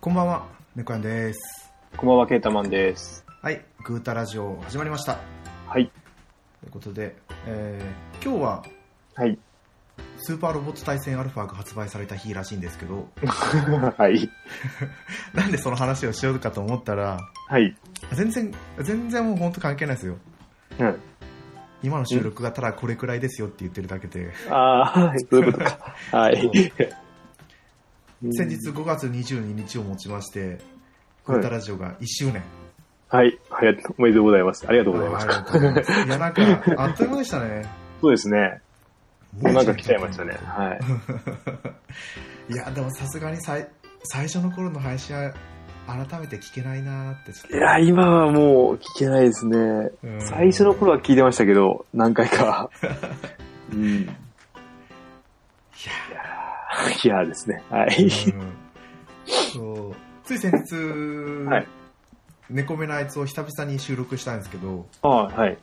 こんばんは、猫やんです。こんばんは、ケータマンです。はい、グータラジオ始まりました。はい。ということで、えー今日ははい。スーパーロボット対戦アルファが発売された日らしいんですけど、 はい。なんでその話をしようかと思ったら、はい。全然、全然もう本当関係ないですよ。うん。今の収録がただこれくらいですよって言ってるだけで、ああ、そういうことか。はい。先日。5月22日をもちまして、グはいータラジオが1周年。はい。はい。おめでとうございます。ありがとうございまあす。りがとうございます。いや、なんか、あっという間でしたね。そうですね。も なんか来ちゃいましたね。。はい。いや、でもさすがに最最初の頃の配信は改めて聞けないなーってちょっいや、今はもう聞けないですね。とうん最初の頃は聞いてましたけど、何回か。 うん。いやー、いやーですね。はい。うんそうつい先日、はい猫目のあいつを久々に収録したんですけど、ああ、はい。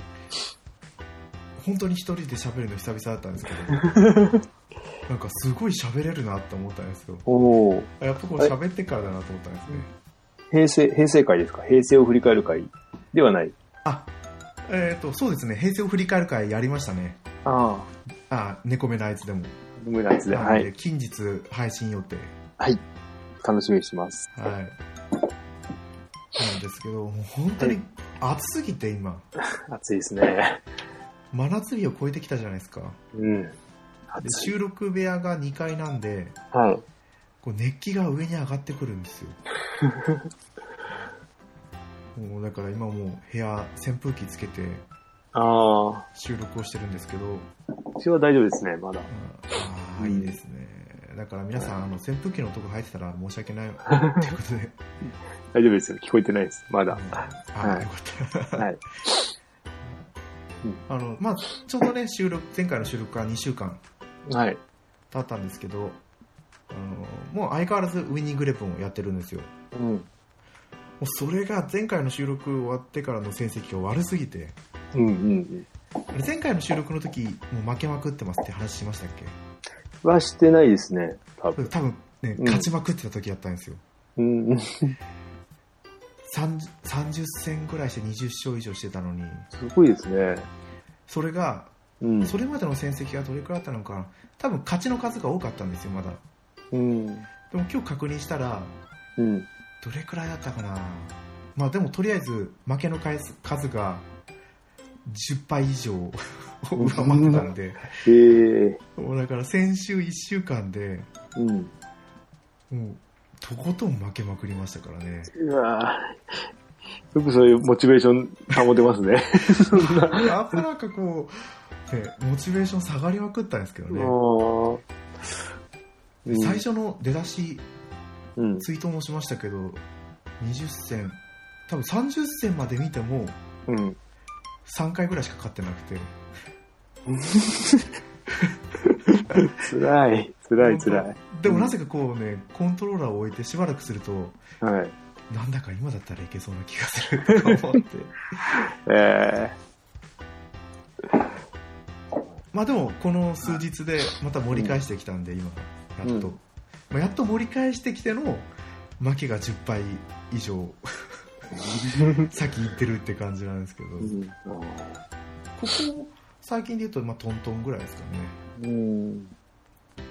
本当に一人で喋るの久々だったんですけど、 なんかすごい喋れるなって思ったんですよ。おー。やっぱこれ喋ってからだなと思ったんですね。平成、平成会ですか平成を振り返る会ではない。あ、えっ、と、そうですね、平成を振り返る会やりましたね。ああ。あ、猫目のあいつでも。ごめんなさい。なのはでい。近日配信予定。楽しみにしてます。はい。なんですけど、もう本当に暑すぎて今、暑いですね。真夏日を超えてきたじゃないですか。うん。で暑い。収録部屋が2階なんで、はい。こう熱気が上に上がってくるん ですよ。もうだから今もう部屋扇風機つけてああ。収録をしてるんですけど、うんうちは大丈夫ですね、まだ。ああ、いいですね。だから皆さん、あの扇風機のとこ入ってたら申し訳 ないということで、大丈夫ですよ。聞こえてないです。まあだ。あ、よかった。 はい。あの、まあちょうどね、収録、前回の収録から2週間はい。だったんですけど、あのもう相変わらずウィニングレポンをやってるんですよ。もうん。うそれが前回の収録終わってからの成績が悪すぎて、うんうんうん。あれ前回の収録の時、もう負けまくってますって話しましたっけはしてないですね、多そ分。れ多分ね、うん勝ちまくってた時だったんですよ。うん。 30, 30戦ぐらいして20勝以上してたのに、すごいですね。それが、うん。それまでの戦績がどれくらいだったのかな、多分勝ちの数が多かったんですよ、まだ。うん。でも今日確認したら、うん。どれくらいだったかなまあでもとりあえず負けの回数数が10敗以上 を上回ってたんで、ええもうだから先週1週間で、うん。もうとことん負けまくりましたからね。うわぁよくそういうモチベーション保てますね。そんな。やっぱなんかこう、ね、モチベーション下がりまくったんですけど ね。もうで最初の出だし、うん。ツイートもしましたけど、20戦、多分30戦まで見てもうん。 3回ぐらいしか勝ってなくて、辛い。辛い辛い。でもなぜかこうね、コントローラーを置いてしばらくすると、はい。なんだか今だったらいけそうな気がすると思ってえまあでもこの数日でまた盛り返してきたんで今やっと、うんまあ、やっと盛り返してきての負けが10敗以上さっき言ってるって感じなんですけど、えここ最近で言うとまあトントンぐらいですかねうん。やっ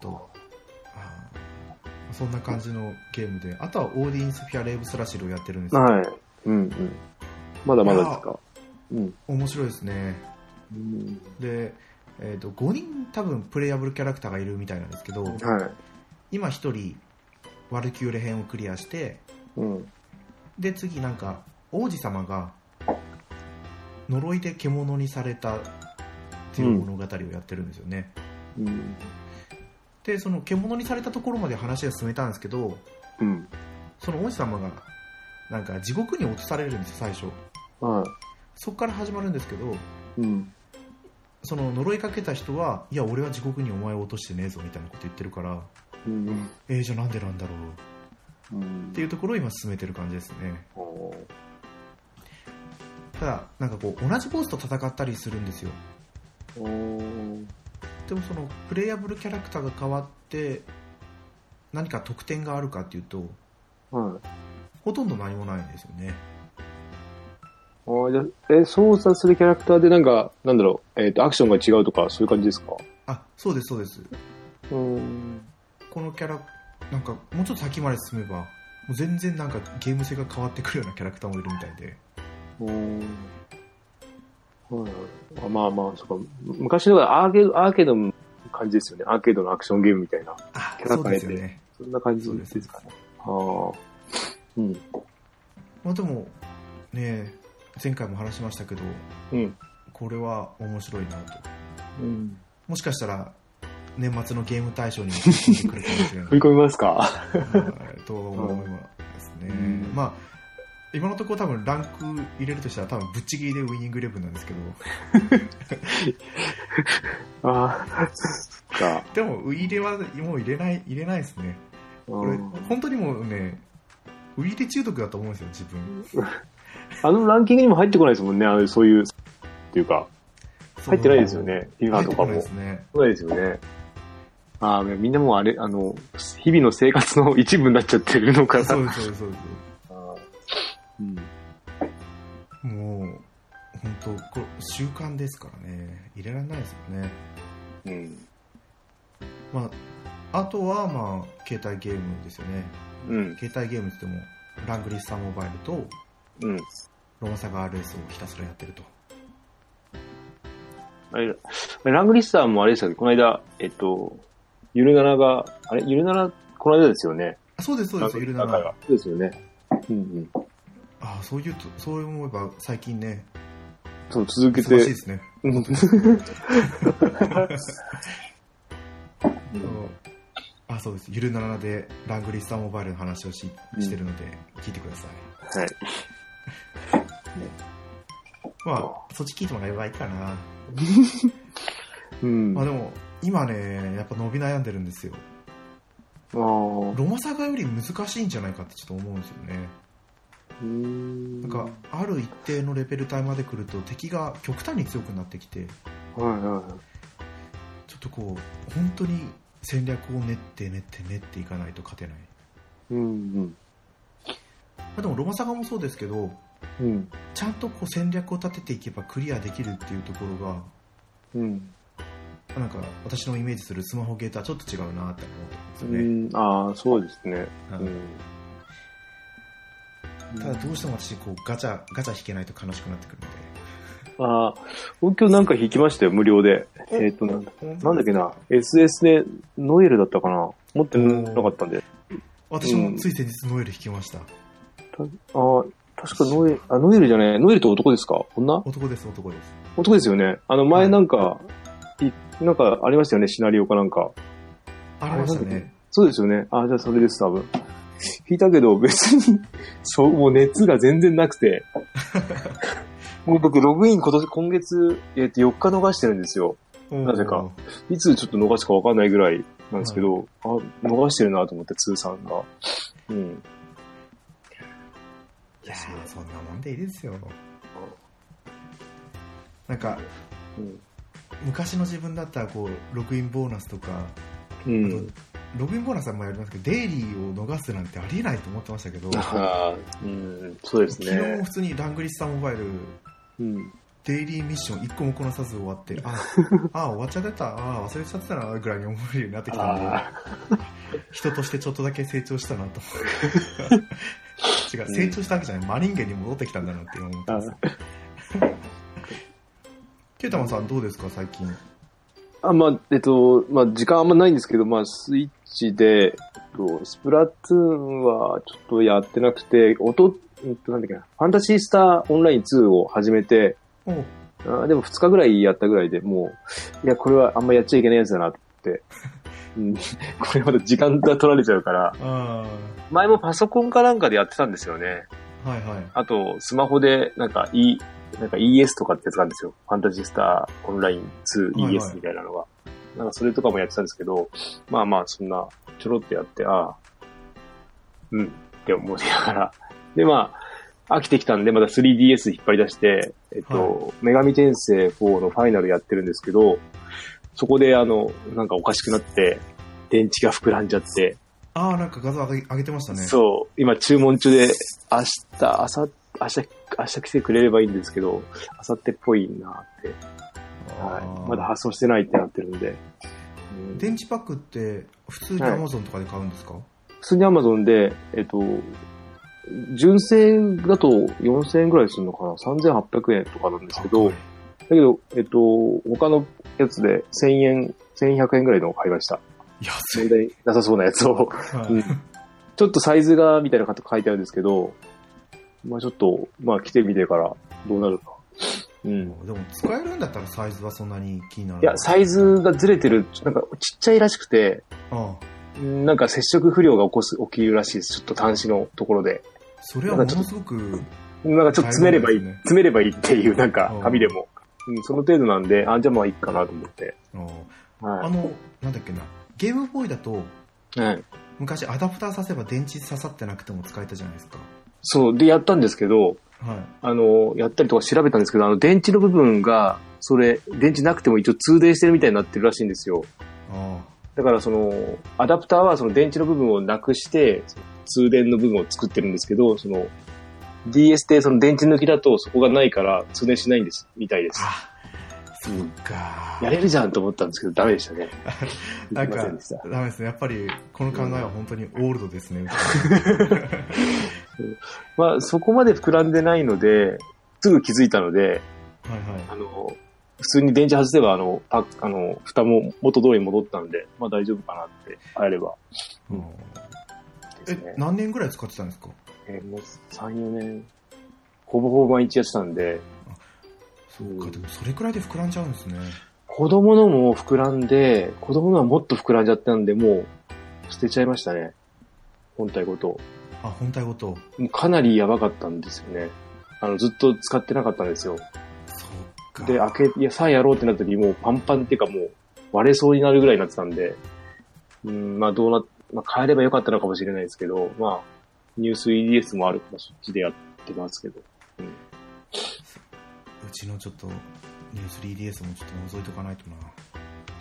とあーそんな感じのゲームであとはオーディエンスフィアレーブスラシルをやってるんですけどはい。うんうん。まだまだですか。うん。面白いですねうんで、えー、と5人多分プレイヤブルキャラクターがいるみたいなんですけど、はい。今1人ワルキューレ編をクリアしてうん。で次なんか王子様が呪いで獣にされたっていう物語をやってるんですよね、うん。でその獣にされたところまで話が進めたんですけどうん。その王子様がなんか地獄に落とされるんですよ最初はそこから始まるんですけどい。うん。その呪いかけた人はいや俺は地獄にお前を落としてねえぞみたいなこと言ってるからうん。えー、じゃあなんでなんだろううんっていうところを今進めてる感じですねただなんかこう同じボスと戦ったりするんですよおーでもそのプレイヤブルキャラクターが変わって何か特典があるかっていうと、はい。ほとんど何もないんですよね。あーじゃあえ、操作するキャラクターでなんか、なんだろう、えっ、と、アクションが違うとか、そういう感じですかあ、そうです、そうです。うん。このキャラ、なんか、もうちょっと先まで進めば、もう全然なんかゲーム性が変わってくるようなキャラクターもいるみたいで。うん。はいはいあまあまあ、そうか。昔のがアーケード、アーケードの感じですよね。アーケードのアクションゲームみたいな。あ、キャラそうですよ変ね。そんな感じそうでですすかね。ああ。うん。まあでも、ね前回も話しましたけど、うん。これは面白いなと。うん。もしかしたら、年末のゲーム大賞にも入ってくるかもしれない振り込みますかはいと思いますね。うんまあ今のところ多分ランク入れるとしたら多分ぶっちぎりでウィニングイレブンなんですけど、ああ。そっか。でもウイイレはもう入れない、入れないですね。これ、本当にもうね、ウイイレ中毒だと思うんですよ、自分。あのランキングにも入ってこないですもんね、あのそういう、っていうか、入ってないですよ。ね、今入っとてかこないも。でそすね。うですよね。ああ、みんなもうあれ、あの、日々の生活の一部になっちゃってるのかな。そうです、そうです、そうであーうん、す。もう、本当これ習慣ですからね。入れられないですよね。うん、まあ、あとは、まあ、携帯ゲームですよね。うん、携帯ゲームって言っても、ラングリッサーモバイルと、うん。ロマサガ RS をひたすらやってると。あれ、ラングリッサーもあれでしたっけど、この間、えっと、ゆるならが、あれ、ゆるなら、この間ですよね。あそうです、そうです、いるなラングリッサー会ら。がそうですよね。うん、うん。ああ、そういうと、そう思えば最近ね、そう、続け忙しいてで、すね。うんあのあ、そうです。ゆるならでラングリッサーモバイルの話をししてるので、聞いてください。はい。 まあ、そっち聞いてもらえばいいかな。うん。まああでも、今ね、やっぱ伸び悩んでるんですよ。ーロマサガより難しいんじゃないかってちょっと思うんですよね。うんなんか、ある一定のレベル帯まで来ると敵が極端に強くなってきて、はいはいはい。ちょっとこう、本当に戦略を練って練って練っていかないと勝てない。うんまあ、でもロマサガもそうですけど、うん。うん。ちゃんとこう戦略を立てていけばクリアできるっていうところが、うん。なんか私のイメージするスマホゲーとはちょっと違うなって思ったんですようね。ん、ああ、そうですね。うんうん。ただどうしても私こうガチャ、ガチャ引けないと悲しくなってくるので。ああ、僕今日なんか弾きましたよ、無料で。ええっ、となん、なんだっけな、SS でノエルだったかな持ってなかったんで。私もつい先日ノエル引きました。たああ、確かノエル、あ、ノエルじゃない、ノエルって男ですか女男です、男です。男ですよね。あの、前なんか、いなんかありましたよね、シナリオかなんか。ありましたあれなんだね。そうですよね。あ、じゃあそれです、多分。 弾いたけど、別に、 そう、もう熱が全然な くて。もう僕、ログイン今年、今月、えっ、と、4日逃してるんですよ。ななぜか。いつちょっと逃すかわかんないぐらいなんですけど、あ、逃してるなと思って、通算が。うん。いやーそんなもんでいいですよ。なんか、うん。昔の自分だったらこう、ログインボーナスとか、うん。ログインボーナスはもうやりますけど、デイリーを逃すなんてありえないと思ってましたけど、あーうん、そうです昨日もね。普通にラングリッサーモバイル、うん。デイリーミッション1個もこなさず終わって、ああ、終わっちゃってた、ああ、忘れちゃってたな、ぐらいに思えるようになってきたんで、あ人としてちょっとだけ成長したな と思う違う、成長したわけじゃない、真人間に戻ってきたんだなって今思ってます。ケイタマンさん、どうですか、最近。あ、まあ、えっと、まあ、時間あんまないんですけど、まあ、スイッチで、えっとスプラトゥーンはちょっとやってなくて、音、えっと、なんだっけな、ファンタシースターオンライン2を始めて、おうあーでも2日ぐらいやったぐらいでもう、いや、これはあんまやっちゃいけないやつだなって。うん、 これまた時間が取られちゃうから。あ前もパソコンかなんかでやってたんですよね。あ、はいはい。あと、スマホで、なんか E、なんか ES とかってやつがあるんですよ。ファンタジスターオンラインはい 2ES はいみたいなのが。なんかそれとかもやってたんですけど、まあまあ、そんな、ちょろっとやって、ああ、うん、って思いながら。で、まあ、飽きてきたんで、また 3DS 引っ張り出して、えっはと、女神転生4のファイナルやってるんですけど、そこであの、なんかおかしくなって、電池が膨らんじゃって、ああ、なんか画像上げ上げてましたね。う。そう、今注文中で、明日、明後日、明日、明日来てくれればいいんですけど、明後日っぽいなって、はい。まだ発送してないってなってるんで。うん電池パックって、普通にはい Amazon とかで買うんですか、普通に Amazon で、えっと、純正だと4000円ぐらいするのかな ?3800 円とかなんですけど、だけど、えっと、他のやつで1000円、1100円ぐらいのを買いました。安問い。題なさそうなやつを。はうんちょっとサイズが、みたいなこと書いてあるんですけど、まあちょっと、まあ来てみてからどうなるか。うん。いでも、使えるんだったらサイズはそんなに気にならないい。や、サイズがずれてる、なんかちっちゃいらしくて、ああうんなんか接触不良が起こす、起きるらしいです。ちょっと端子のところで。それはものすごく、なんかちょっと詰めればいい、大変ですね詰めればいいっていう、なんかうん紙でも。うん、その程度なんで、あ、じゃあまあいいかなと思って。あはあの、なんだっけな、ゲームボーイだと、い。はい。昔アダプターさせば電池刺さってなくても使えたじゃないですか。そう、で、やったんですけど、はい。あの、やったりとか調べたんですけど、あの、電池の部分が、それ、電池なくても一応通電してるみたいになってるらしいんですよ。あだからその、アダプターはその電池の部分をなくして、その通電の部分を作ってるんですけど、その、DS ってその電池抜きだとそこがないから通電しないんです、みたいであ。す。あ、そっか。やれるじゃんと思ったんですけど、ダメでしたね。 なでんきまかせんでした。、ダメですね。やっぱり、この考えは本当にオールドですね。 まあ、そこまで膨らんでないので、すぐ気づいたので、はいはい。あの、普通に電池外せば、あの、パックあの、蓋も元通りに戻ったんで、まあ大丈夫かなって、あればうんですえね、。何年ぐらい使ってたんですかえーもう3、4年、ほぼほぼ毎日やってたんで、そうか、でもそれくらいで膨らんじゃうんですね。子供のも膨らんで、子供のはもっと膨らんじゃったんで、もう捨てちゃいましたね。本体ごと。あ、本体ごと。もうかなりやばかったんですよね。あの、ずっと使ってなかったんですよ。そうか。で、開け、いや、さあやろうってなった時、もうパンパンっていうかもう割れそうになるぐらいになってたんで、うん、まあどうな、まあ変えればよかったのかもしれないですけど、まあ、ニュース EDS もあるからそっちでやってますけど。うちのちょっと、ニュース 3DS もちょっと覗いとかないとな。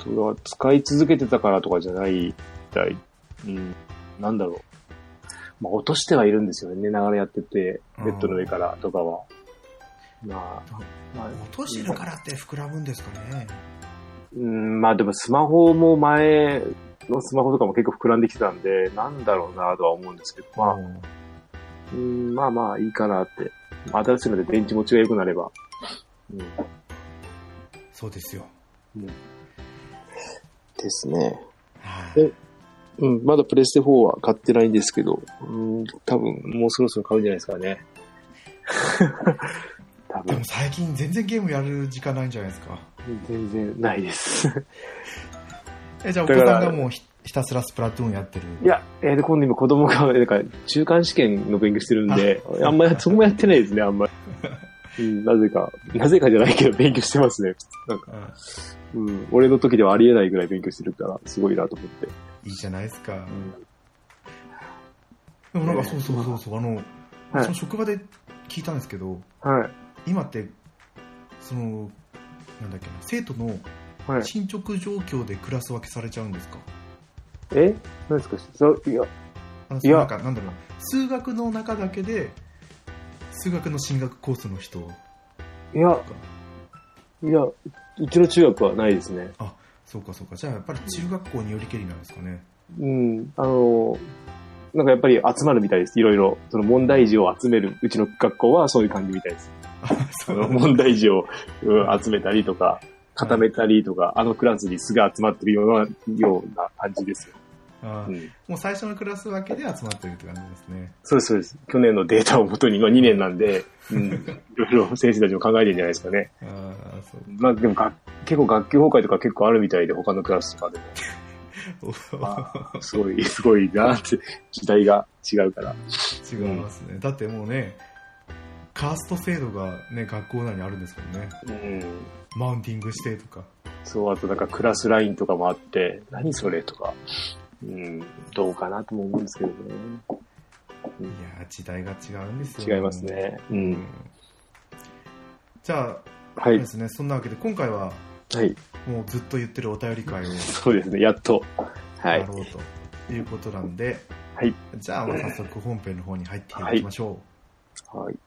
それは使い続けてたからとかじゃないみたい。うん。なんだろう。まあ、落としてはいるんですよね。寝ながらやってて、ベッドの上からとかは。まあ、まあ、落としてるからって膨らむんですかね。うん、まあでもスマホも前のスマホとかも結構膨らんできてたんで、なんだろうなとは思うんですけど、まあ、うんうん、まあまあいいかなって。まあ新しいので電池持ちが良くなれば。うん。そうですよ。ですね。はいえうん、まだプレステ4は買ってないんですけど、うん、多分もうそろそろ買うんじゃないですか ね。多で分も最近全然ゲームやる時間ないんじゃないですか。全然ないです。え、じゃあお子ださかんがらもうひひたすらスプラトゥーンやってる。いや、えーで、今度今子供が、なんか中間試験の勉強してるんで、あんまりそこもやってないですね、あ んまり。うん、なぜか、なぜかじゃないけど勉強してますね。なんか、うんうん、俺の時ではありえないぐらい勉強してるから、すごいなと思って。いいじゃないですかう。ん、でもなんかそうそうそうそう、あの、はいその職場で聞いたんですけど、はい、今って、その、なんだっけな、生徒のはい。進捗状況でクラス分けされちゃうんですかえ何ですかそういや、あのいやなんかなんだろう、数学の中だけで、数学の進学コースの人といやか、、いや、うちの中学はないですね。そうかそうか、じゃあやっぱり中学校によりけりなんですかね。うん、あの、なんかやっぱり集まるみたいです。いろいろ。その問題児を集める、うちの学校はそういう感じみたい です。ああその、う問題児を、うん、集めたりとか、固めたりとか、あのクラスにすが集まってるような、ような感じですよ。あうーん。もう最初のクラス分けで集まってるって感じですね。そうです、そうです。去年のデータをもとに、今2年なんで、うん、 いろいろ先生たちも考えてるんじゃないですかね。あーそうまあでもが、結構学級崩壊とか結構あるみたいで、他のクラスとかでも。あすごい、すごいなって、時代が違うから。違いますね、だってもうねカースト制度がね学校内にあるんですけどねうん。マウンティングしてとかそう、あとなんかクラスラインとかもあって、何それとか、うん、どうかなとも思うんですけどね。いやー時代が違うんですよ違いますね。ううんん。じゃあ、はそういで。すねそんなわけで今回ははい。もうずっと言ってるお便り会をそうですね。やっと。はやい。ろうと、いうことなんで、はいじゃあ、まあ早速本編の方に入っていきましょう。はい。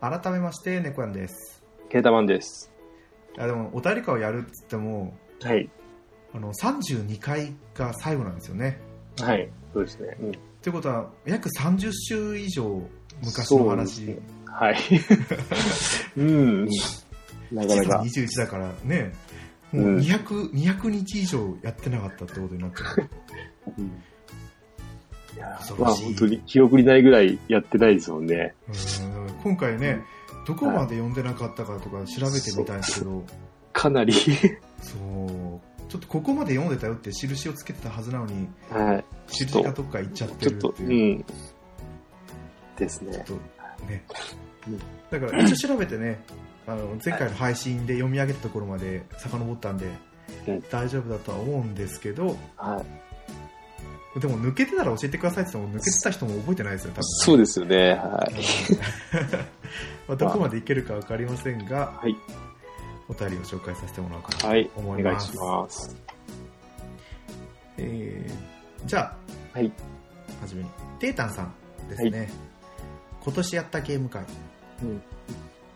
改めまして、猫やんです。ケータマンです。いや、でも、お便り会をやるって言っても、はい。あの、32回が最後なんですよね。はい。そうですね。うん。ということは、約30週以上昔のそう話、ですね はい。うん。なかなか。 21だからね、もう200、200日以上やってなかったってことになっちゃう。いや恐まろあしい本当に記憶にないぐらいやってないですもんね。うん今回ね、どこまで読んでなかったかとか調べてみたんですけど、かなり。 そう、ちょっとここまで読んでたよって印をつけてたはずなのに、はい。印がどっか行っちゃってちょるっっと、てういう。ん。ですね。ちょっとねうん。だから一応調べてね、あの前回の配信で読み上げたところまで遡ったんでうん、大丈夫だとは思うんですけど、はい。でも抜けてたら教えてくださいって言っても、抜けてた人も覚えてないですよ、多分。そうですよね。はい。 まあ、どこまでいけるか分かりませんが、はいお便りを紹介させてもらおうかなとはい。お思い願まいす。します。えーじゃあ、はいはじめに。テータンさんですね。今年やったゲーム会。うん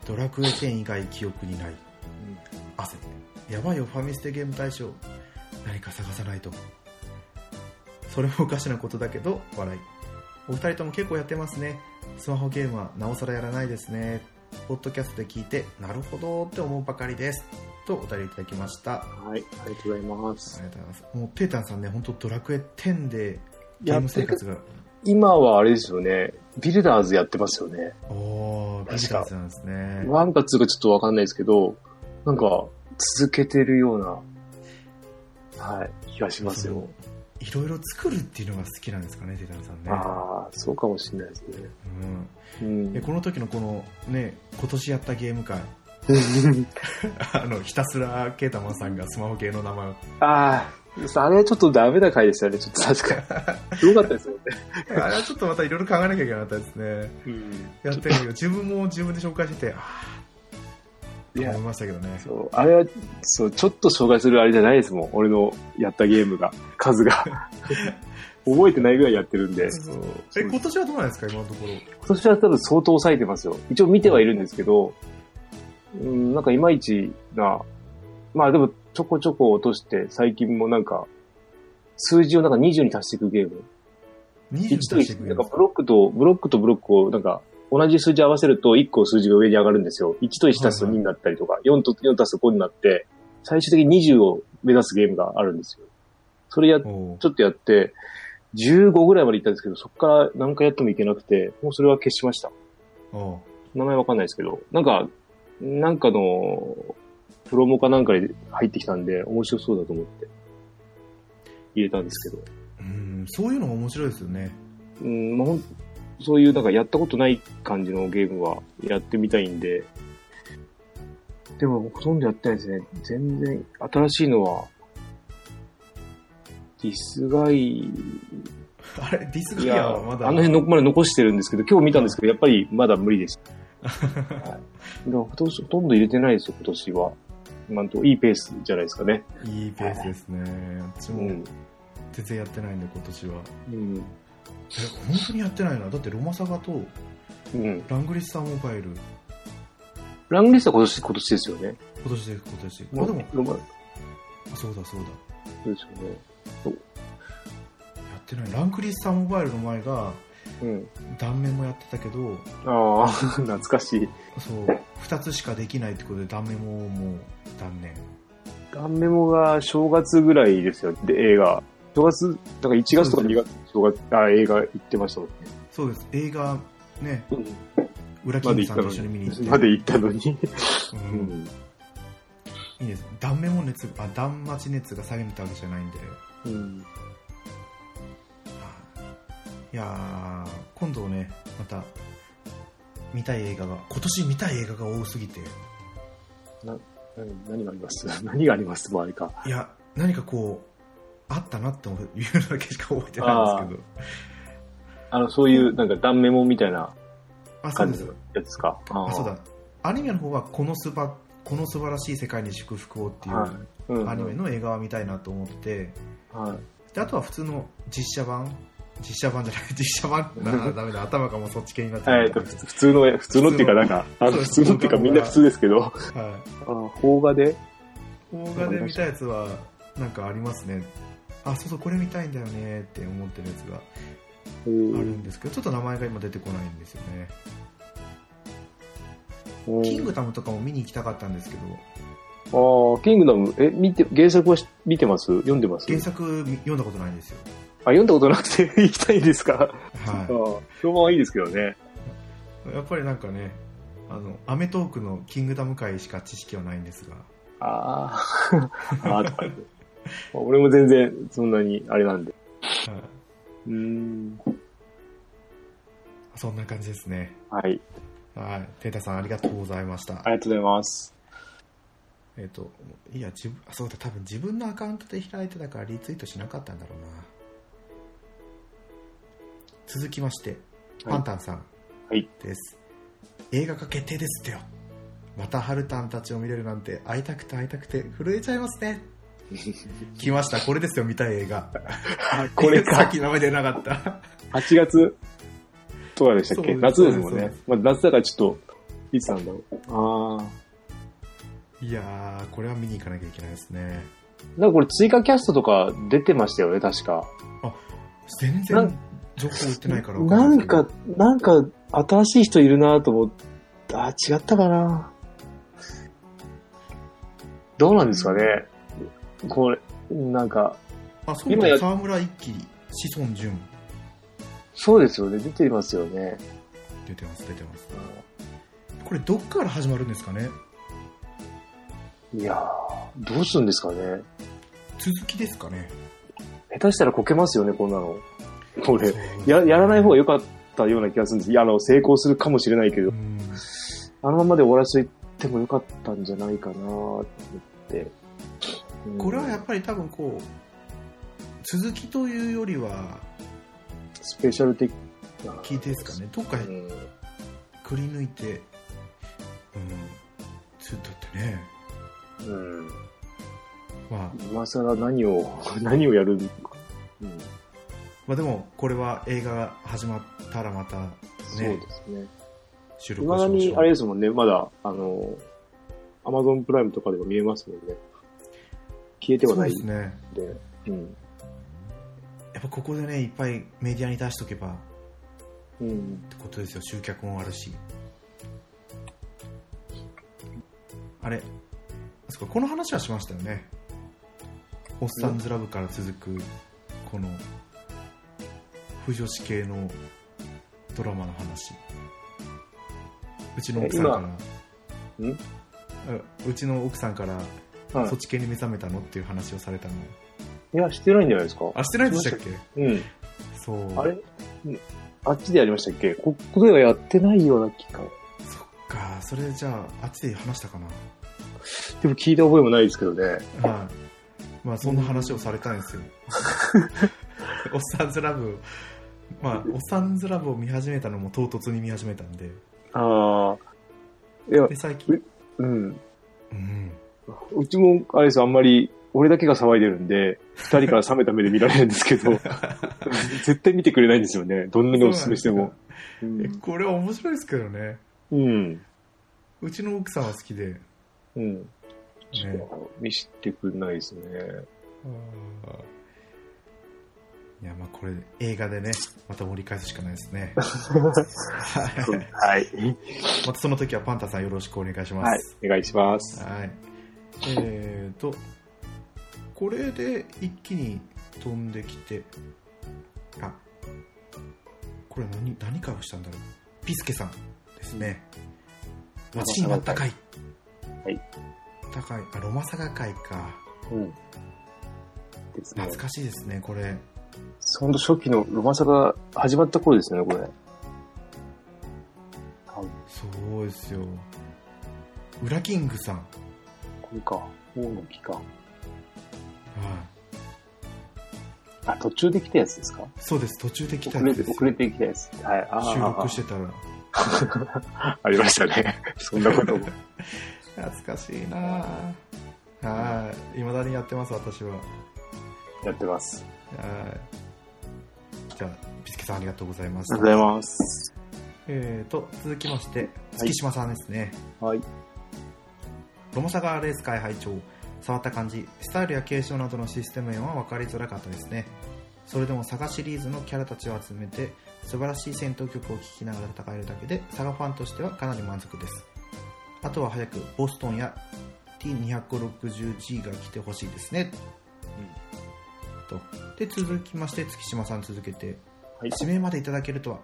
ドラクエ10以外記憶にない。ん汗。やばいよ、ファミステゲーム大賞。何か探さないと。それもおかしなことだけど、笑い。お二人とも結構やってますね。スマホゲームはなおさらやらないですね。ポッドキャストで聞いて、なるほどって思うばかりです。とお便りいただきました。はい。ありがとうございまあす。りがとうございます。もう、テータンさんね、本当ドラクエ10で、ゲやーっムて生る活が、今はあれですよね。ビルダーズやってますよね。おー、ビジターズなんですね。ワンかツーかちょっとわかんないですけど、なんか、続けてるような、はい、気がしますよ。いろいろ作るっていうのが好きなんですかね、テータンさんね。ああ、そうかもしれないですね。うんうでん。この時のこの、ね、今年やったゲーム会、あの、ひたすら、ケータマンさんがスマホ系の名前を、ああ、あれちょっとダメな回でしたね、ちょっと確か に。すごかったですよね。あれはちょっとまたいろいろ考えなきゃいけなかったですね。うん。やってるよ。自分も自分で紹介してて、あいーとや思い、ましたけどね。そう、あれは、そう、ちょっと紹介するあれじゃないですもん。俺のやったゲームが、数が。覚えてないぐらいやってるんで。そうえ、今年はどうなんですか、今のところ。今年は多分相当抑えてますよ。一応見てはいるんですけど、うん、なんかいまいちな、まあでもちょこちょこ落として、最近もなんか、数字をなんか20に足していくゲーム。 20 1にと出して1、くなれんますかブロックと、ブロックとブロックをなんか、同じ数字合わせると1個数字が上に上がるんですよ。1と1足すと2になったりとか、4と4足すと5になって、最終的に20を目指すゲームがあるんですよ。それやっおーちょっとやって、15ぐらいまで行ったんですけど、そこから何回やってもいけなくて、もうそれは消しました。おー名前わかんないですけど、なんか、なんかの、プロモかなんかに入ってきたんで、面白そうだと思って、入れたんですけど。うん、そういうのが面白いですよね。 うん、まあ、ほんそういう、なんかやったことない感じのゲームはやってみたいんで、でも、ほとんどやってないですね。全然、新しいのは、ディスガイ、あれ、ディスいガイアや、はまだ。あの辺のまで残してるんですけど、今日見たんですけど、やっぱりまだ無 理です。はい、でもほとんどほとんど入れてないですよ、今年は。なんと、いいペースじゃないですかね。いいペースですね。私うもん。全然やってないんで、今年は。うん。え、本当にやってないな。だって、ロマサガと、うん。ラングリッサーモバイル、今ラングリストは今年、今年ですよね。年で、今年で。あ、でも、ロマンあそうだ、そうだ。そうですよね。やってない。ラングリッサーモバイルの前が、うん。断面もやってたけど、ああ、懐かしい。そう、2つしかできないってことで、断面ももう、断念。ガンメモが正月ぐらいですよ、で映画。正月、なんか1月とか2月、正月、あ映画行ってましたもんね。そうです。映画、ね、うん。裏キまンでグ行さっんとたの一緒に見に行っに。て。まで行ったのに。ううんん。いいです。断面も熱が、あ、断末熱が下げたわけじゃないんで。うん。いやー今度ねまた見たい映画が今年見たい映画が多すぎてうん何があります何がありますもうあれか。いや何かこうあったなって思ういうのだけしか覚えてないんですけどあの、そういう、なんか、断メモみたいなあそう感でじすのやつか。ああそうだアニメの方はこのすば、この素晴らしい世界に祝福をっていはいううんアニメの映画は見たいなと思って、はい。であとは普通の実写版、実写版じゃない、 実写版だな、ダメだ、頭がもうそっち系になってえっと、ふつ普通の、普通のっていうか、なんか、あの、そうで普す通のっていうか、みんな普通ですけど、はい。邦画で、邦画で見たやつはなんかありますねあそうそうこれ見たいんだよねって思ってるやつがうあるんんですけどちょっと名前が今出てこないんですよねキングダムとかも見に行きたかったんですけどああ、キングダム、え、見て、原作はし見てます読んでます原作み読んだことないんですよあ、読んだことなくて 行きたいんですか、あはー評判はいいですけどね。いやっぱりなんかねあのアメトークのキングダム界しか知識はないんですがあ ーあー、とか言って。まあ俺も全然、そんなに、あれなんで。はいうーん。そんな感じですねはい。はいテータさんありがとうございましたありがとうございます。えっ、といや自分あそうだ多分自分のアカウントで開いてたからリツイートしなかったんだろうな続きましてはいパンタンさんはいです、映画化決定ですってよまたハルタンたちを見れるなんて会いたくて会いたくて震えちゃいます ね来ましたこれですよ見たい映画これかさっき名前出なかった8月とかでしたそっけうです夏ですもんそうねです。まあ、夏だからちょっと、いつなんだろう。ああ。いやーこれは見に行かなきゃいけないですねなんかこれ追加キャストとか出てましたよね、確か。全な然ん情報売ってないからわなないんか、なんか、新しい人いるなと思って、あ、違ったかな。どうなんですかね。これ、なんか、あそう今やだ沢村一樹志尊淳そうですよね、出てますよね。出てます出てますこれどっから始まるんですかねいやー、どうするんですかね。続きですかね下手したらこけますよね、こんなの。これ、ややらない方が良かったような気がするんです。いや、あの、成功するかもしれないけどう、んあのままで終わらせても良かったんじゃないかなと思って。うんこれはやっぱり多分こう続きというよりはスペシャル的な。気ですかねどっかうんくり抜いてうんつだってねうん。まあ、今更何を、 何をやるのか。うん。まあでもこれは映画が始まったらまたそうねですね。収い録まをだしましに、ょあうれですもんね、まだ、あの、アマゾンプライムとかでも見えますもんね。消えてはそうないでんすで。ねうん。やっぱここでねいっぱいメディアに出しとけばっうん。てことですよ集客もあるしあれそうかこの話はしましたよね「おっさんずラブ」から続くこの不女子系のドラマの話うちの奥さんから今んあうちの奥さんからはいそっち系に目覚めたのっていう話をされたのいや、してないんじゃないですか。あしてないでしたっけうん。そうあれうんあっちでやりましたっけここではやってないような気が。そっかそれじゃああっちで話したかなでも聞いた覚えもないですけどね。はい。まあ、そんな話をされたんです よ。おっさんずラブを、まあ、おっさんずラブを見始めたのも唐突に見始めたんで、ああ。いやで、、最近、うん。うん。うちも、あれですよあんまり、俺だけが騒いでるんで、二人から冷めた目で見られるんですけ ど、絶対見てくれないんですよね。どんなにお勧めしても。えうん。これは面白いですけどね。うん。うちの奥さんは好きで、うん。ちょっと見せてくれないですね。あーいや、まあ、これ、映画でね、また盛り返すしかないです ね。はいはい。またその時はパンタさんよろしくお願いします。はい。お願いします。はい。えーと、これで一気に飛んできて、あ、これ何、何かをしたんだろう。ピスケさんですね。私になったかい。はい。高い。あ、ロマサガ会か。うん。ですね懐。かしいですね、これ。ほんと初期のロマサが始まった頃ですよね、これ。多分そうですよ。ウラキングさん。はこれか。王の期間。い。あ、途中で来たやつですかそうです、途中で来た遅やれつてです遅よれてきたやつ。はい。あー収録してたら。ありましたね。そんなことも。懐かしいなぁはい。未だにやってます、私は。はやってます。い。じゃあ、ビスケさんありがとうございましあた。りがとうございます。えーと、続きまして、月島さんですね。はい。ロモサガーレース会拝聴触った感じスタイルや継承などのシステム面は分かりづらかったですねそれでもサガシリーズのキャラたちを集めて素晴らしい戦闘曲を聴きながら戦えるだけでサガファンとしてはかなり満足ですあとは早くボストンや T260G が来てほしいですね、とで続きまして月島さん続けてはい。指名までいただけるとは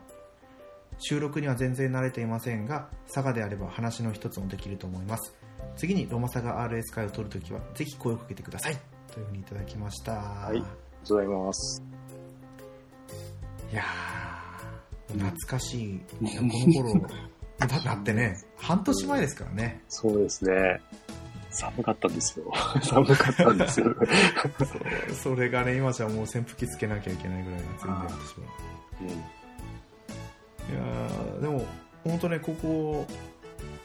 収録には全然慣れていませんが佐賀であれば話の一つもできると思います次にロマサガ RS 会を取るときはぜひ声をかけてくださいというふうにいただきました、いございます。いやー懐かしいこの頃だだってね半年前ですからねそうですね。寒かったんですよ。 寒かったんですよ。そそれがね今じゃもう扇風機つけなきゃいけないぐらいの暑いんだよ私はいやーでも本当ねここ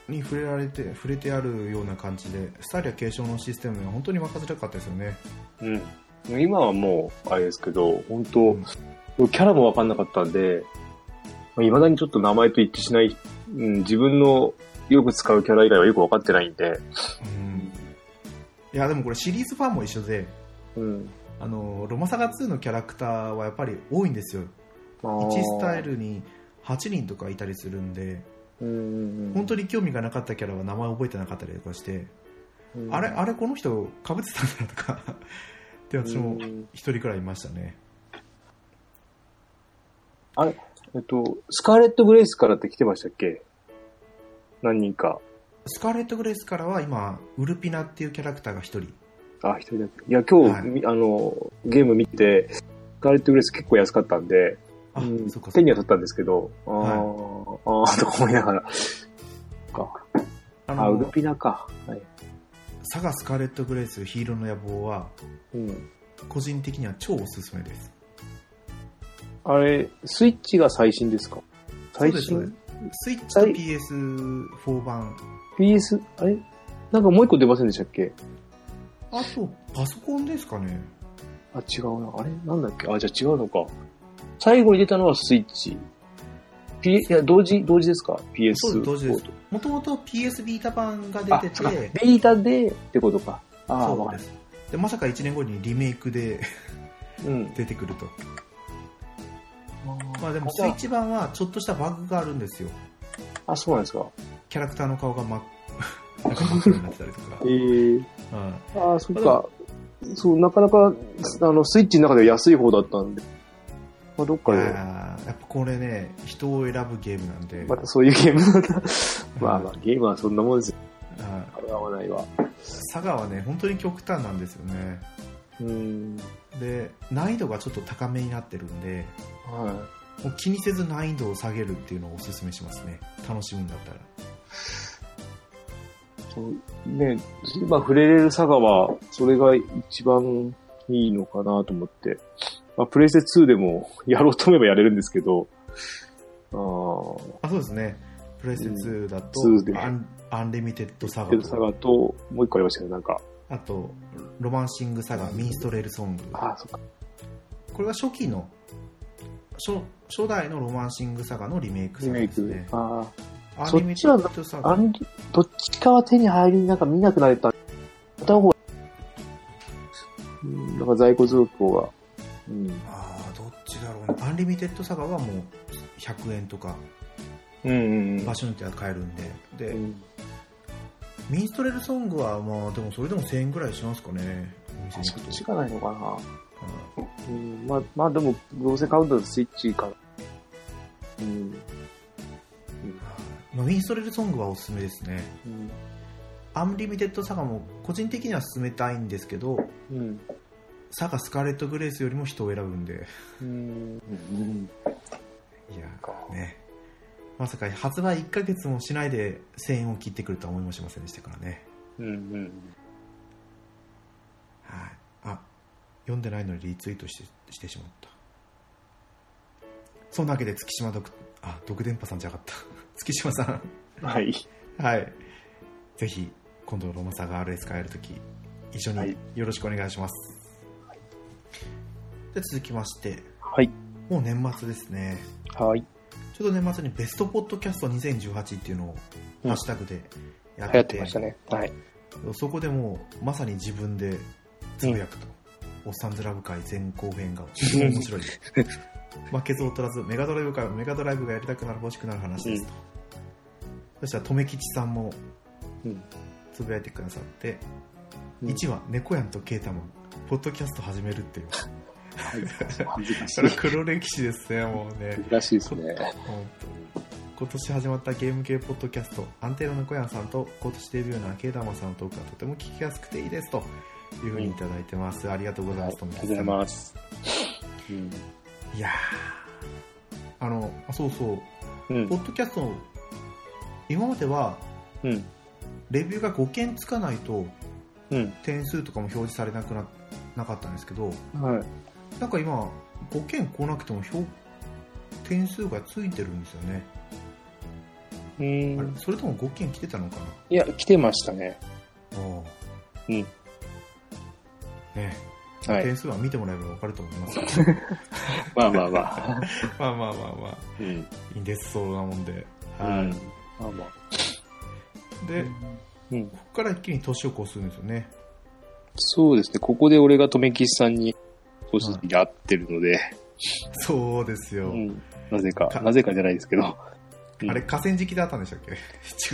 に触れられて触れてあるような感じでスタイルや継承のシステムは本当に分かりづらかったですよね うん。うん。今はもう、あれですけど、本当キャラもわかんなかったんで、まあ未だにちょっと名前と一致しない、うん、自分のよく使うキャラ以外はよくわかってないんで、うんいやでもこれシリーズファンも一緒でうん。あのロマサガ2のキャラクターはやっぱり多いんですよ1 1スタイ。ルに8人とかいたりするんでうん。本当に興味がなかったキャラは名前覚えてなかったりとかして、うんあれあれこの人かぶってたんだなとか って私も一人くらいいましたねえっと、スカーレット・グレイスからって来てましたっけ何人か。スカーレット・グレースからは今ウルピナっていうキャラクターが1人あ、一人だけ。いや、今日、はいみあの、ゲーム見て、スカーレット・グレイス結構安かったんで、あ、うんそっかそ手っにかは取ったんですけど、あー、はいあーとか思いながら。かああ、ウルのピナか。はい。サガ・スカーレット・グレースヒーローの野望はうん。個人的には超おすすめですあれ、スイッチが最新ですか最新そうですスイッチと PS4 版 ?PS、あれなんかもう一個出ませんでしたっけあとパソコンですかねあ、違うな。あれなんだっけあ、じゃあ違うのか。最後に出たのはスイッチ。P、いや、同時、同時ですか ?PS4 そう同時ですと。もともと PS ビータ版が出てあてベータでってことか。ああ、そわうかでる。すでまさか1年後にリメイクで うん。出てくるとままああでもスイッチ版はちょっとしたバグがあるんですよあ、そうなんですか。キャラクターの顔が真っ なんか真っ黒になってたりとか、ええはいああ、そっか。そう、なかなか、あの、スイッチの中では安い方だったんで。まあ、どっかで、あーやっぱこれね人を選ぶゲームなんで、またそういうゲームなんだ。うんまあまあ、ゲーム はそんなもんですよ。あーあれは合わないわ。佐賀はね本当に極端なんですよねうん。で難易度がちょっと高めになってるんではもう気にせず難易度を下げるっていうのをおすすめしますね楽しむんだったらい。そうね、今触れれる佐賀は、それが一番いいのかなと思って。まあ、プレイステ2でも、やろうと思えばやれるんですけど、ああ、あそうですねプレイステ2だと、うん2でアンアンリミテッド佐ペ賀ルサとガと、もう一個ありましたね、なんか。あとロマンシング佐賀ミンストレールソングああ、そっか。これは初期の初初代のロマンシング佐賀のリメイク佐リ賀メイですクね。あアンそリっミちテはッド佐あ。あ賀んどっちかは手に入り、なんか見なくなれた。片方が、うん、なんか在庫続行が。うん。ああどっちだろうなアンリミテッドサガはもう100円とかうんうん場所によっては買えるんでで、うん。ミンストレルソングはまあでもそれでも1000円ぐらいしますかねお店にそ行っくとちがないのかうんな。うん。まあ、まあでも、どうせ買うんだとスイッチかな。うん。まあ、ミンストレルソングはおすすめですねうん。アンリミテッドサガも個人的には勧めたいんですけどうん。サガスカーレット・グレースよりも人を選ぶんでうん。うん。いやねまさか発売1ヶ月もしないで1000円を切ってくるとは思いもしませんでしたからねうん。うん。はいあ読んでないのにリツイートしてしてしまったそんなわけで月島毒、あ、毒電波さんじゃなかった。 月島さん。はい。はい。ぜひ、今度ロマサガ RS 変えるとき、一緒はにいよろしくお願いします。で続きまして、はい。もう年末ですね。はい。ちょうど年末にベストポッドキャスト2018っていうのをうんハッシュタグでや流行ってましたね。はい。そこでもうまさに自分でつぶやくと、おっさんずラブ会前後編が面 白い負けず劣らずメガドライブ会はメガドライブがやりたくなる欲しくなる話ですと、そしたら留吉さんもうんつぶやいてくださって、うん1話「猫やんとケータマン」ポッドキャスト始めるっていう 恥ずかし それ黒歴史ですねもうねい。らしいですね。本当に今年始まったゲーム系ポッドキャスト安定の猫やんさんと今年デビューのケーダマさんのトークがとても聞きやすくていいですというふうにいただいてます、ありがとうございはまいす、ありがと友達うござさいんます。うん。いやーあのあそうそううんポ。ッドキャストの今まではうん。レビューが5件つかないとうん。点数とかも表示されなくななかったんですけどはい。なんか今5件来なくても表点数がついてるんですよね、あうれん。それとも5件来てたのかないや、来てましたね。おうんねえはい。点数は見てもらえば分かると思います よまあまあま あ。まあまあまあまあうん。いいんですそうなもんで、うはいん。まあまあ。でうんこ。こから一気に年を越すんですよねそうですね。ここで俺が留吉さんに、そうすやってるので、そうですよ、うん。なぜかか、なぜかじゃないですけど。うんあれ河川敷だったんでしたっけ違う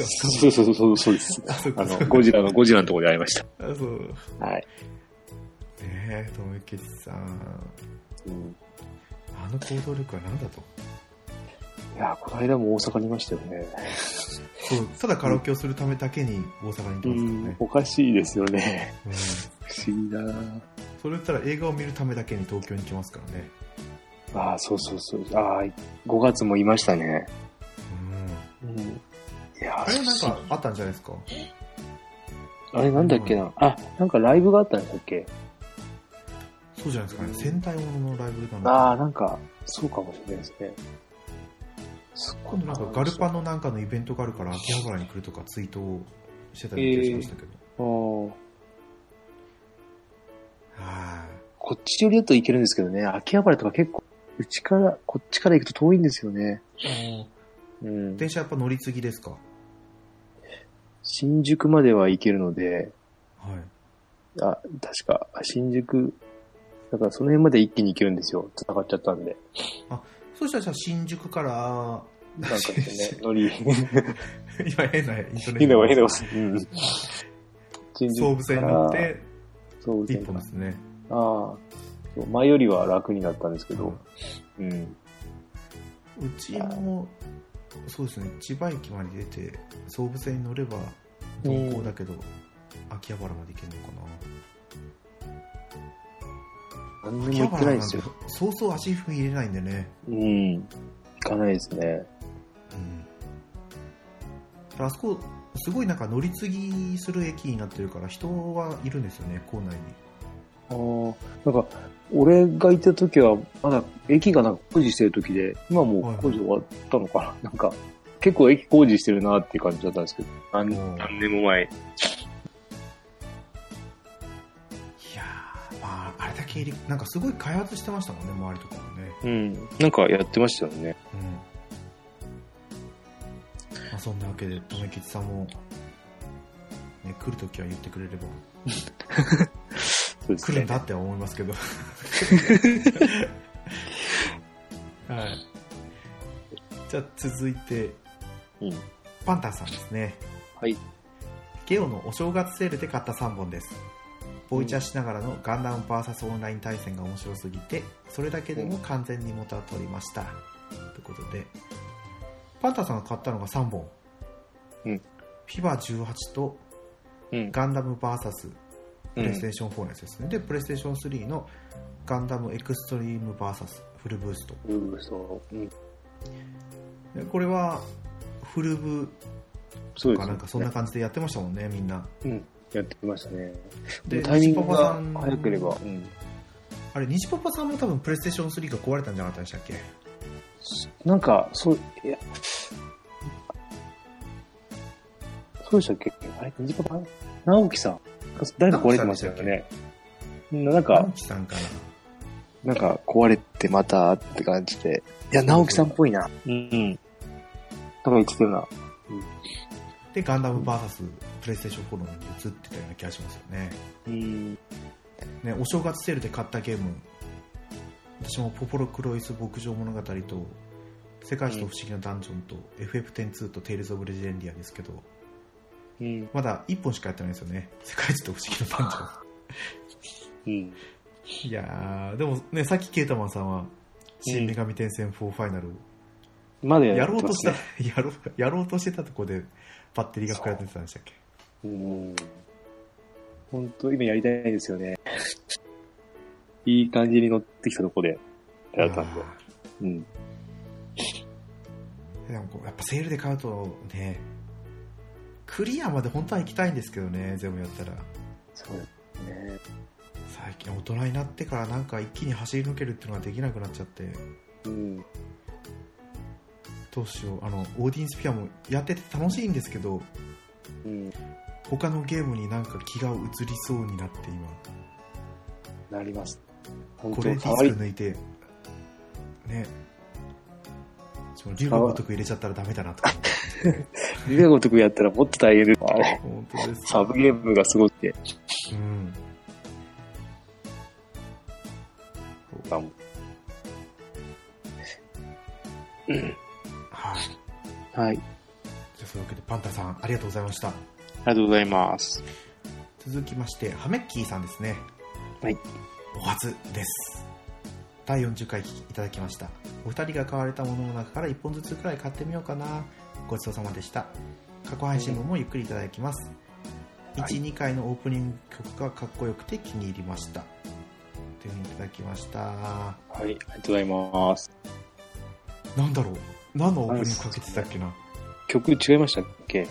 そうそうそう、そうです。あそあこそのこ、ゴジラの、ゴジラのところで会いましあそうた。はい。ねえ友吉さんうんあの行動力は何だといや、この間も大阪にいましたよね。そうただカラオケをするためだけに大阪に行ってうますからんね、、おかしいですよね。うん、そ不思議だなれ言ったら映画を見るためだけに東京に来ますからねああ、そうそうそう。ああ、5月もいましたね。うんうん。いやあれはなん不思かあったんじゃないですか議あれなんだっけな。あ、なんかライブがあったんでしたっけそうじゃないですかね戦隊もののライブなのかああ、なんか、そうかもしれないですね。す今度なんかガルパンのなんかのイベントがあるから秋葉原に来るとかツイートをしてたりしましたけど、の。はいこっち寄りだといけるんですけどね、秋葉原とか結構、うちから、こっちから行くと遠いんですよね。うん。電車やっぱ乗り継ぎですかは新宿までは行けるので、いあ、確か、新宿、だからその辺まで一気に行けるんですよ。繋がっちゃったんで。そしたらじゃあ新宿から なんかですね、乗り、今変なイントネーション変な わ、変なわ。うん。新総武線に乗って総武線一か本ですねああ。そう前よりは楽になったんですけど。うん。うんうちもそうですね千葉駅まで出て総武線に乗れば鈍行だけど秋葉原まで行けるのかな何秋に葉も行ってな原いんでなんすてよ。そうそう足踏み入れないんでねうん。行かないですね。うん、あそこすごいなんか乗り継ぎする駅になってるから人はいるんですよね構内にああ、なんか、俺が行った時は、まだ駅がなんか工事してる時で、今もう工事終わったのかな、なん か、結構駅工事してるなっていう感じだったんですけど、何うん何年も前。いやーまああれだけ入りなんかすごい開発してましたもんね周りとかもねうん。なんかやってましたよね。うん、まあ、そんなわけで留吉さんも、ね、来るときは言ってくれればそうです来ね。るんだって思います けどはいじゃあ続いてうん。パンタンさんですねはい。ゲオのお正月セールで買った3本です。ボイチャしながらのガンダム VS オンライン対戦が面白すぎて、それだけでも完全に元は取りました。ということで、パンタさんが買ったのが3本。うん。フィバ18とうん。ガンダム VS うプレイスんテーション4のやつですね。で、プレイステーション3のガンダムエクストリーム VS フルブースト。うん、そう。うん。でこれはフルブそうとでかすね。なんかそんな感じでやってましたもんね、みんな。うん。やってましたね。でタイミング西パパがさん早ければ。うん。あれ、西パパさんも多分プレイステーション3が壊れたんじゃなかったでしたっけなんか、そう、いや、そうでしたっけあれ、二時間前直樹さん。誰か壊れてましたよね。なんか直、樹さんかな。なんか壊れてまたって感じで。いや、直樹さんっぽいな。うん。とか言ってたような。で、ガンダム VS プレイステーションフォローに移ってたような気がしますよね。うん。ね、お正月セールで買ったゲーム、私もポポロクロイス牧場物語と、世界一と不思議なダンジョンと、FF102 とテイルズ・オブ・レジェンディアですけど、うん。まだ1本しかやってないんですよね。世界一と不思議なダンジョン。うん。いやー、でもね、さっきケータマンさんは、新女神転戦4ファイナル、まだややろうとした、てます ねやろう、やろうとしてたとこで、バッテリーが膨らんでたんでしたっけうん。本当今やりたいですよね。いい感じに乗ってきたとこで、やったんで。うん。いやでもこうやっぱセールで買うとね、クリアまで本当は行きたいんですけどね、全部やったら。そうですね。最近大人になってからなんか一気に走り抜けるっていうのができなくなっちゃって、うん。どうしよう、あの、オーディンスピアもやってて楽しいんですけど、うん。他のゲームになんか気が移りそうになって今、なります。本こ当れディにスかクわいい。抜いて、ね、その竜が如く入れちゃったらダメだなとか、リアごとくやったらもっと大変です。あれ。本当です。サブゲームがすごくて。うん。あもはい。うはい。じゃあそういうわけでパンタさん、ありがとうございました。ありがとうございます。続きましてハメッキーさんですねはいお初です第40回聞きいただきましたお二人が買われたものの中から1本ずつくらい買ってみようかなごちそうさまでした過去配信分もゆっくりいただきます、はい12回のオープニング曲がかっこよくて気に入りましたというふうにいただきましたはい。ありがとうございます。なんだろう何のオープニングかけてたっけな曲違いましたっけ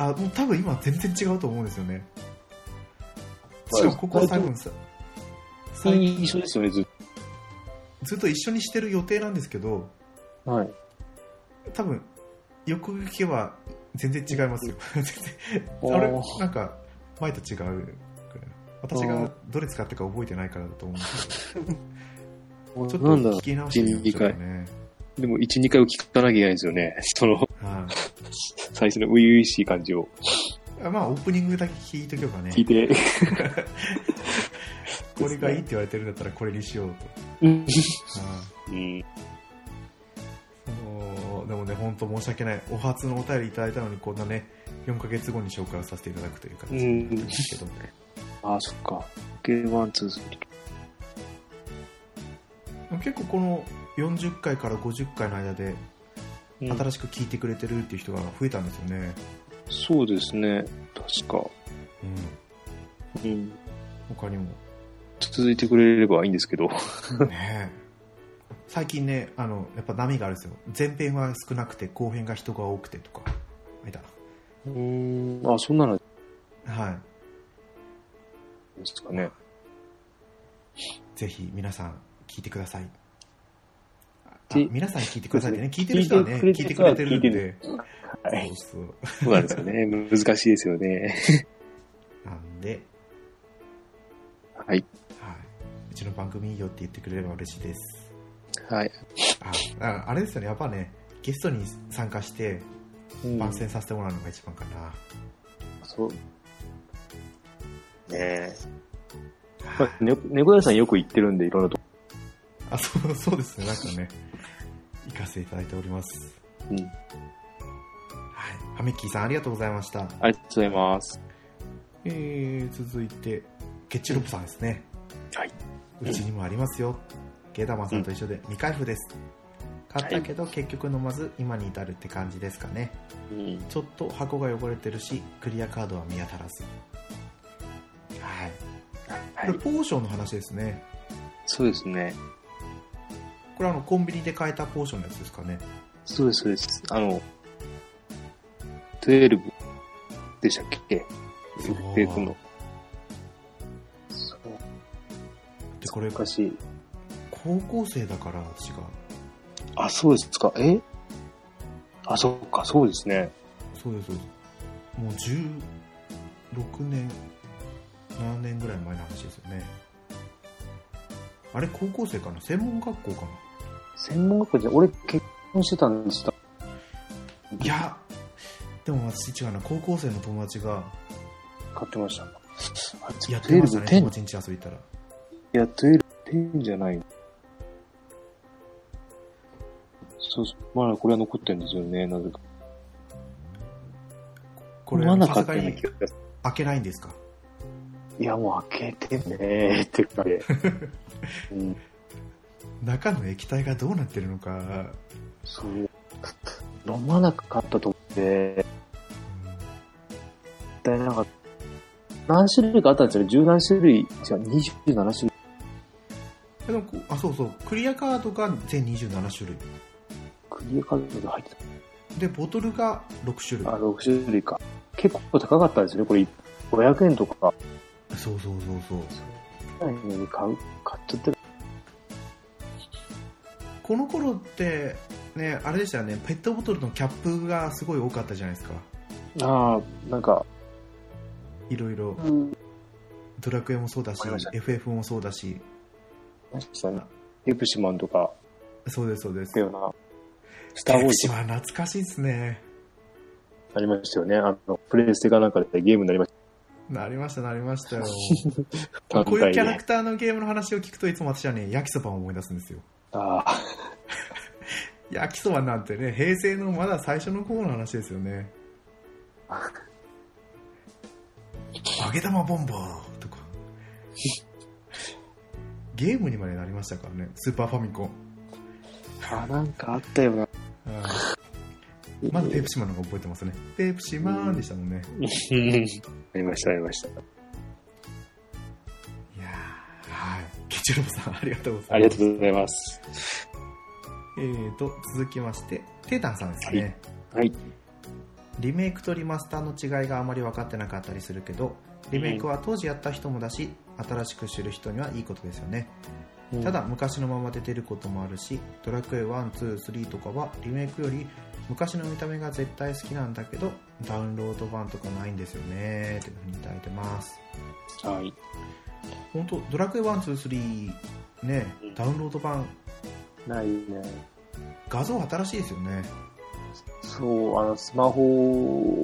あもう多分今全然違うと思うんですよねしかもここは多分さ普通に一緒ですよね、ずっずっと一緒にしてる予定なんですけどと。はい。多分よく聞けば全然違いますよ 全然あおれーなんか前と違うくらい私がどれ使ったか覚えてないからだと思うんです けどちょなっんとだろ聞き直してみましょうかねう。でも、1、2回を聞かなきゃいけないんですよね。その、 はい最初の初々しい感じをあまあオープニングだけ聞いとけばね聞いて。これがいいって言われてるんだったらこれにしようとうはん。いうん。もうでもね本当申し訳ないお初のお便りいただいたのにこんなね4ヶ月後に紹介をさせていただくという形になってるんですけど、ああ、そっか。ゲーワン、ツー、スリー。でも結構この40回から50回の間で新新しいしく聞いてくれてるっていう人が増えたんですよね、そうですね。確か。うん、うん。他にも続いてくれればいいんですけど。ねえ最近ねあのやっぱ波があるんですよ前編は少なくて後編が人が多くてとかみたいうん。 あ、そんなのでなはいすかね。ぜひ皆さん聞いてくださいあで皆さん聞いてくださいってね聞いてる人はね聞い聞いててくくれれててるるん人はではそうい。そうそうなんですよ ね。難しいですよね。なんで、はい。はいうちの番組いいよって言ってくれれば嬉しいですはい。あああれですよねやっぱねゲストに参加してうん番宣させてもらうのが一番かな、そう。ねえ。はまいあ、ね猫屋さんよく行ってるんで、いろんなとこ。あそうそうですねなんかね行かせていただいておりますうん。はいハメッキーさんありがとうございました、ありがとうございます。えー、続いてケッチュロップさんですねはい。うちにもありますよゲーダマンさんと一緒で未開封です買ったけど結局飲まず今に至るって感じですかねうん。ちょっと箱が汚れてるしクリアカードは見当たらずはいはこれい。ポーションの話ですねそうですね。これあのコンビニで買えたポーションのやつですかねそうです、そうです。あの、12でしたっけそうえーこの。そう。でこれ昔。高校生だから私があ、そうですか。えあ、そっか、そうですね。そうですそうですもう16年7年ぐらい前の話ですよねあれ高校生かな専門学校かな専門学校じゃ、俺結婚してたんでした。いやでも私違うな高校生の友達が買ってました。あやっテてーまルしたズね10友達ん家遊び行ったらいや、トゥエル10じゃない。そうそう。まだこれは残ってるんですよね、なぜか。これまださす買ってがないに気がする。開けないんですかいや、もう開けてねーって感じ。 うん、中の液体がどうなってるのか、そう。飲まなかったと思って、う絶対なんかった、何種類かあったんですよね。十何種類、じゃあ27種ん類。でもこうあそうそうクリアカードが全27種類クリアカードが入ってでボトルが6種た。あ、類6種類か。結構高かったんですよね。これ、500円とか。そうそうそうそう買う、買っちゃってる。この頃ってねあれでしたよねペットボトルのキャップがすごい多かったじゃないですかああ、なんか、いろいろドラクエもそうだしわかりました FF もそうだし何でしたね。エプシマンとか、そうですそうですだよな。スターウォーズとかは懐かしいですねありましたよね。あの、プレイステかなんかでゲームになりましなりましたなりました よた。こういうキャラククターのゲームの話を聞くといつも私はね焼きそばを思い出すんですよター。ああ、焼きそばなんてね平成のまだ最初の頃の話ですよね揚げ玉ボンボー とかゲームにまでなりましたからねスーパーファミコンあなんかあったよな。うんまだペプシマンの方が覚えてますねペプシマンでしたもんねうんありました、ありました。いやーはいケチュロボさんありがとうございますありがとうございます。えーと続きましてテータンさんですね、ははい。リメイクとリマスターの違いがあまり分かってなかったりするけどリメイクは当時やった人もだし新しく知る人にはいいことですよね、ただ、昔のままで出てることもあるし「ドラクエ123」とかはリメイクより昔の見た目が絶対好きなんだけどダウンロード版とかないんですよねっていうふうにいただいてますはい。本当ドラクエ123ねうんダウンロード版ないね。画像新しいですよねそう、あの、スマホ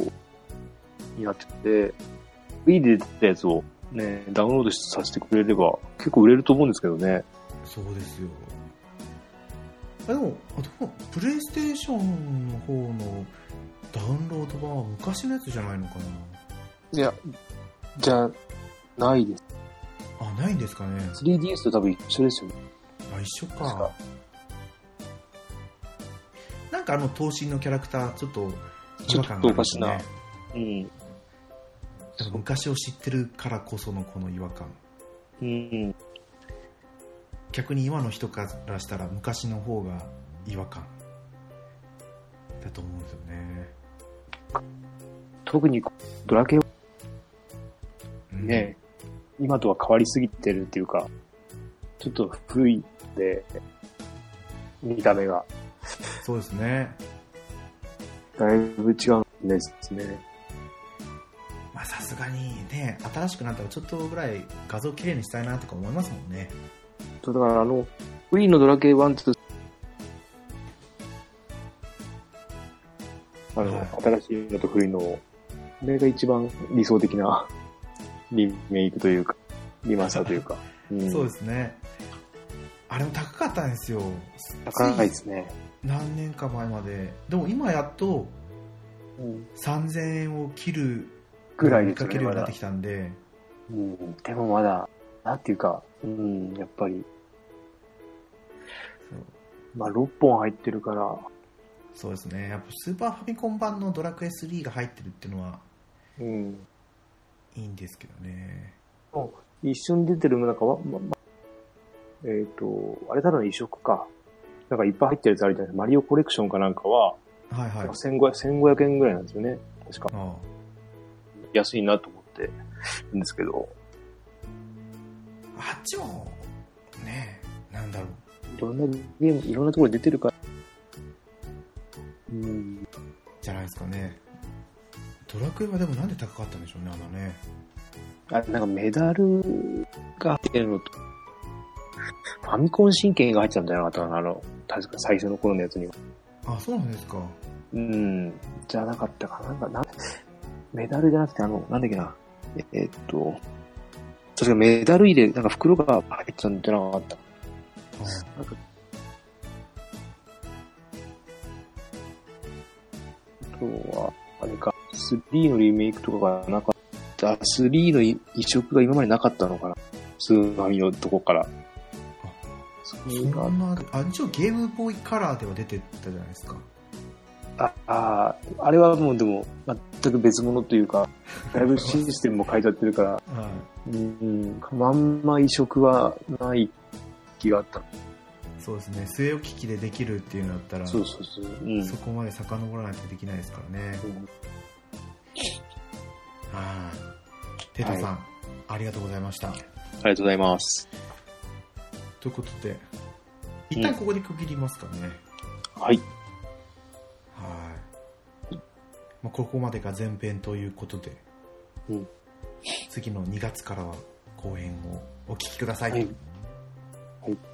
になってて、Wii で出たやつをね、ダウンロードさせてくれれば、結構売れると思うんですけどね。そうですよあでもあとプレイステーションの方のダウンロード版は昔のやつじゃないのかいや、じゃないです。なあないんですかね 3DS と多分一緒ですよね。あ一緒か確かなんかあの頭身のキャラクターちょっとちょっとおかしな違和感があるんですねうん。やっぱ昔を知ってるからこそのこの違和感うん。逆に今の人からしたら昔の方が違和感だと思うんですよね、特にドラケンはうんね、今とは変わりすぎてるっていうか、ちょっと古いんで、見た目が。そうですねだいぶ違うんですね。まあさすがにね新しくなったらちょっとぐらい画像綺麗にしたいなとか思いますもんねそうだからあの、ウィーのドラケー1、2、あの、はい新しいのと古いのを、これが一番理想的な リメイクというか、リマスターというか。うんそうですねあれも高かったんですよ高いですね。何年か前まででも今やっとうん3000円を切るぐらいですかよけね、るようにまなっだて。きたんでうん、でもまだ、なんていうか、うん、やっぱり、そうまあ6本入ってるから、そうですねやっぱスーパーファミコン版のドラクエ3が入ってるっていうのはうん。いいんですけどね一緒に出てるもなんかわ、ままえっ、と、あれただの移植か。なんかいっぱい入ってるやつあるじゃないですか。マリオコレクションかなんかは、はいはい1500 1500円ぐらいなんですよね。確か。あ安いなと思ってるんですけど、ああっちもねなんだろういろんなゲーム、いろんなところに出てるから、ですかね。ドラクエはでもなんで高かったんでしょうね、あのね。あなんかメダルが入ってるのと、ファミコン神経が入ってたんじゃなかったかな、あの、確か最初の頃のやつには。あ、そうなんですか。うん、じゃなかったかな、なんか、なメダルじゃなくて、あの、なんだっけな、ええっと、確かメダル入れ、なんか袋が入ってたんじゃなかった。あなんか、あとは、あれか、3のリメイクとかがなかった、あ3の移植が今までなかったのかな。スーファミのとこから。それそがんな、あ、一応ゲームボーイカラーでは出てたじゃないですか。ああー、あれはもうでも、全く別物というか、だいぶシステムも変えちゃってるから、はい。うん、まんま移植はない気があった。そうですね、据え置き機でできるっていうのだったら、そうそうそう。うんそ。こまで遡らないとできないですからね。はい。テータさん、はありがとうございました。ありがとうございます。ということで、一旦ここで区切りますかね。はい。はい。まあ、ここまでが前編ということで、うん次の2月からは後編をお聞きください。はいはい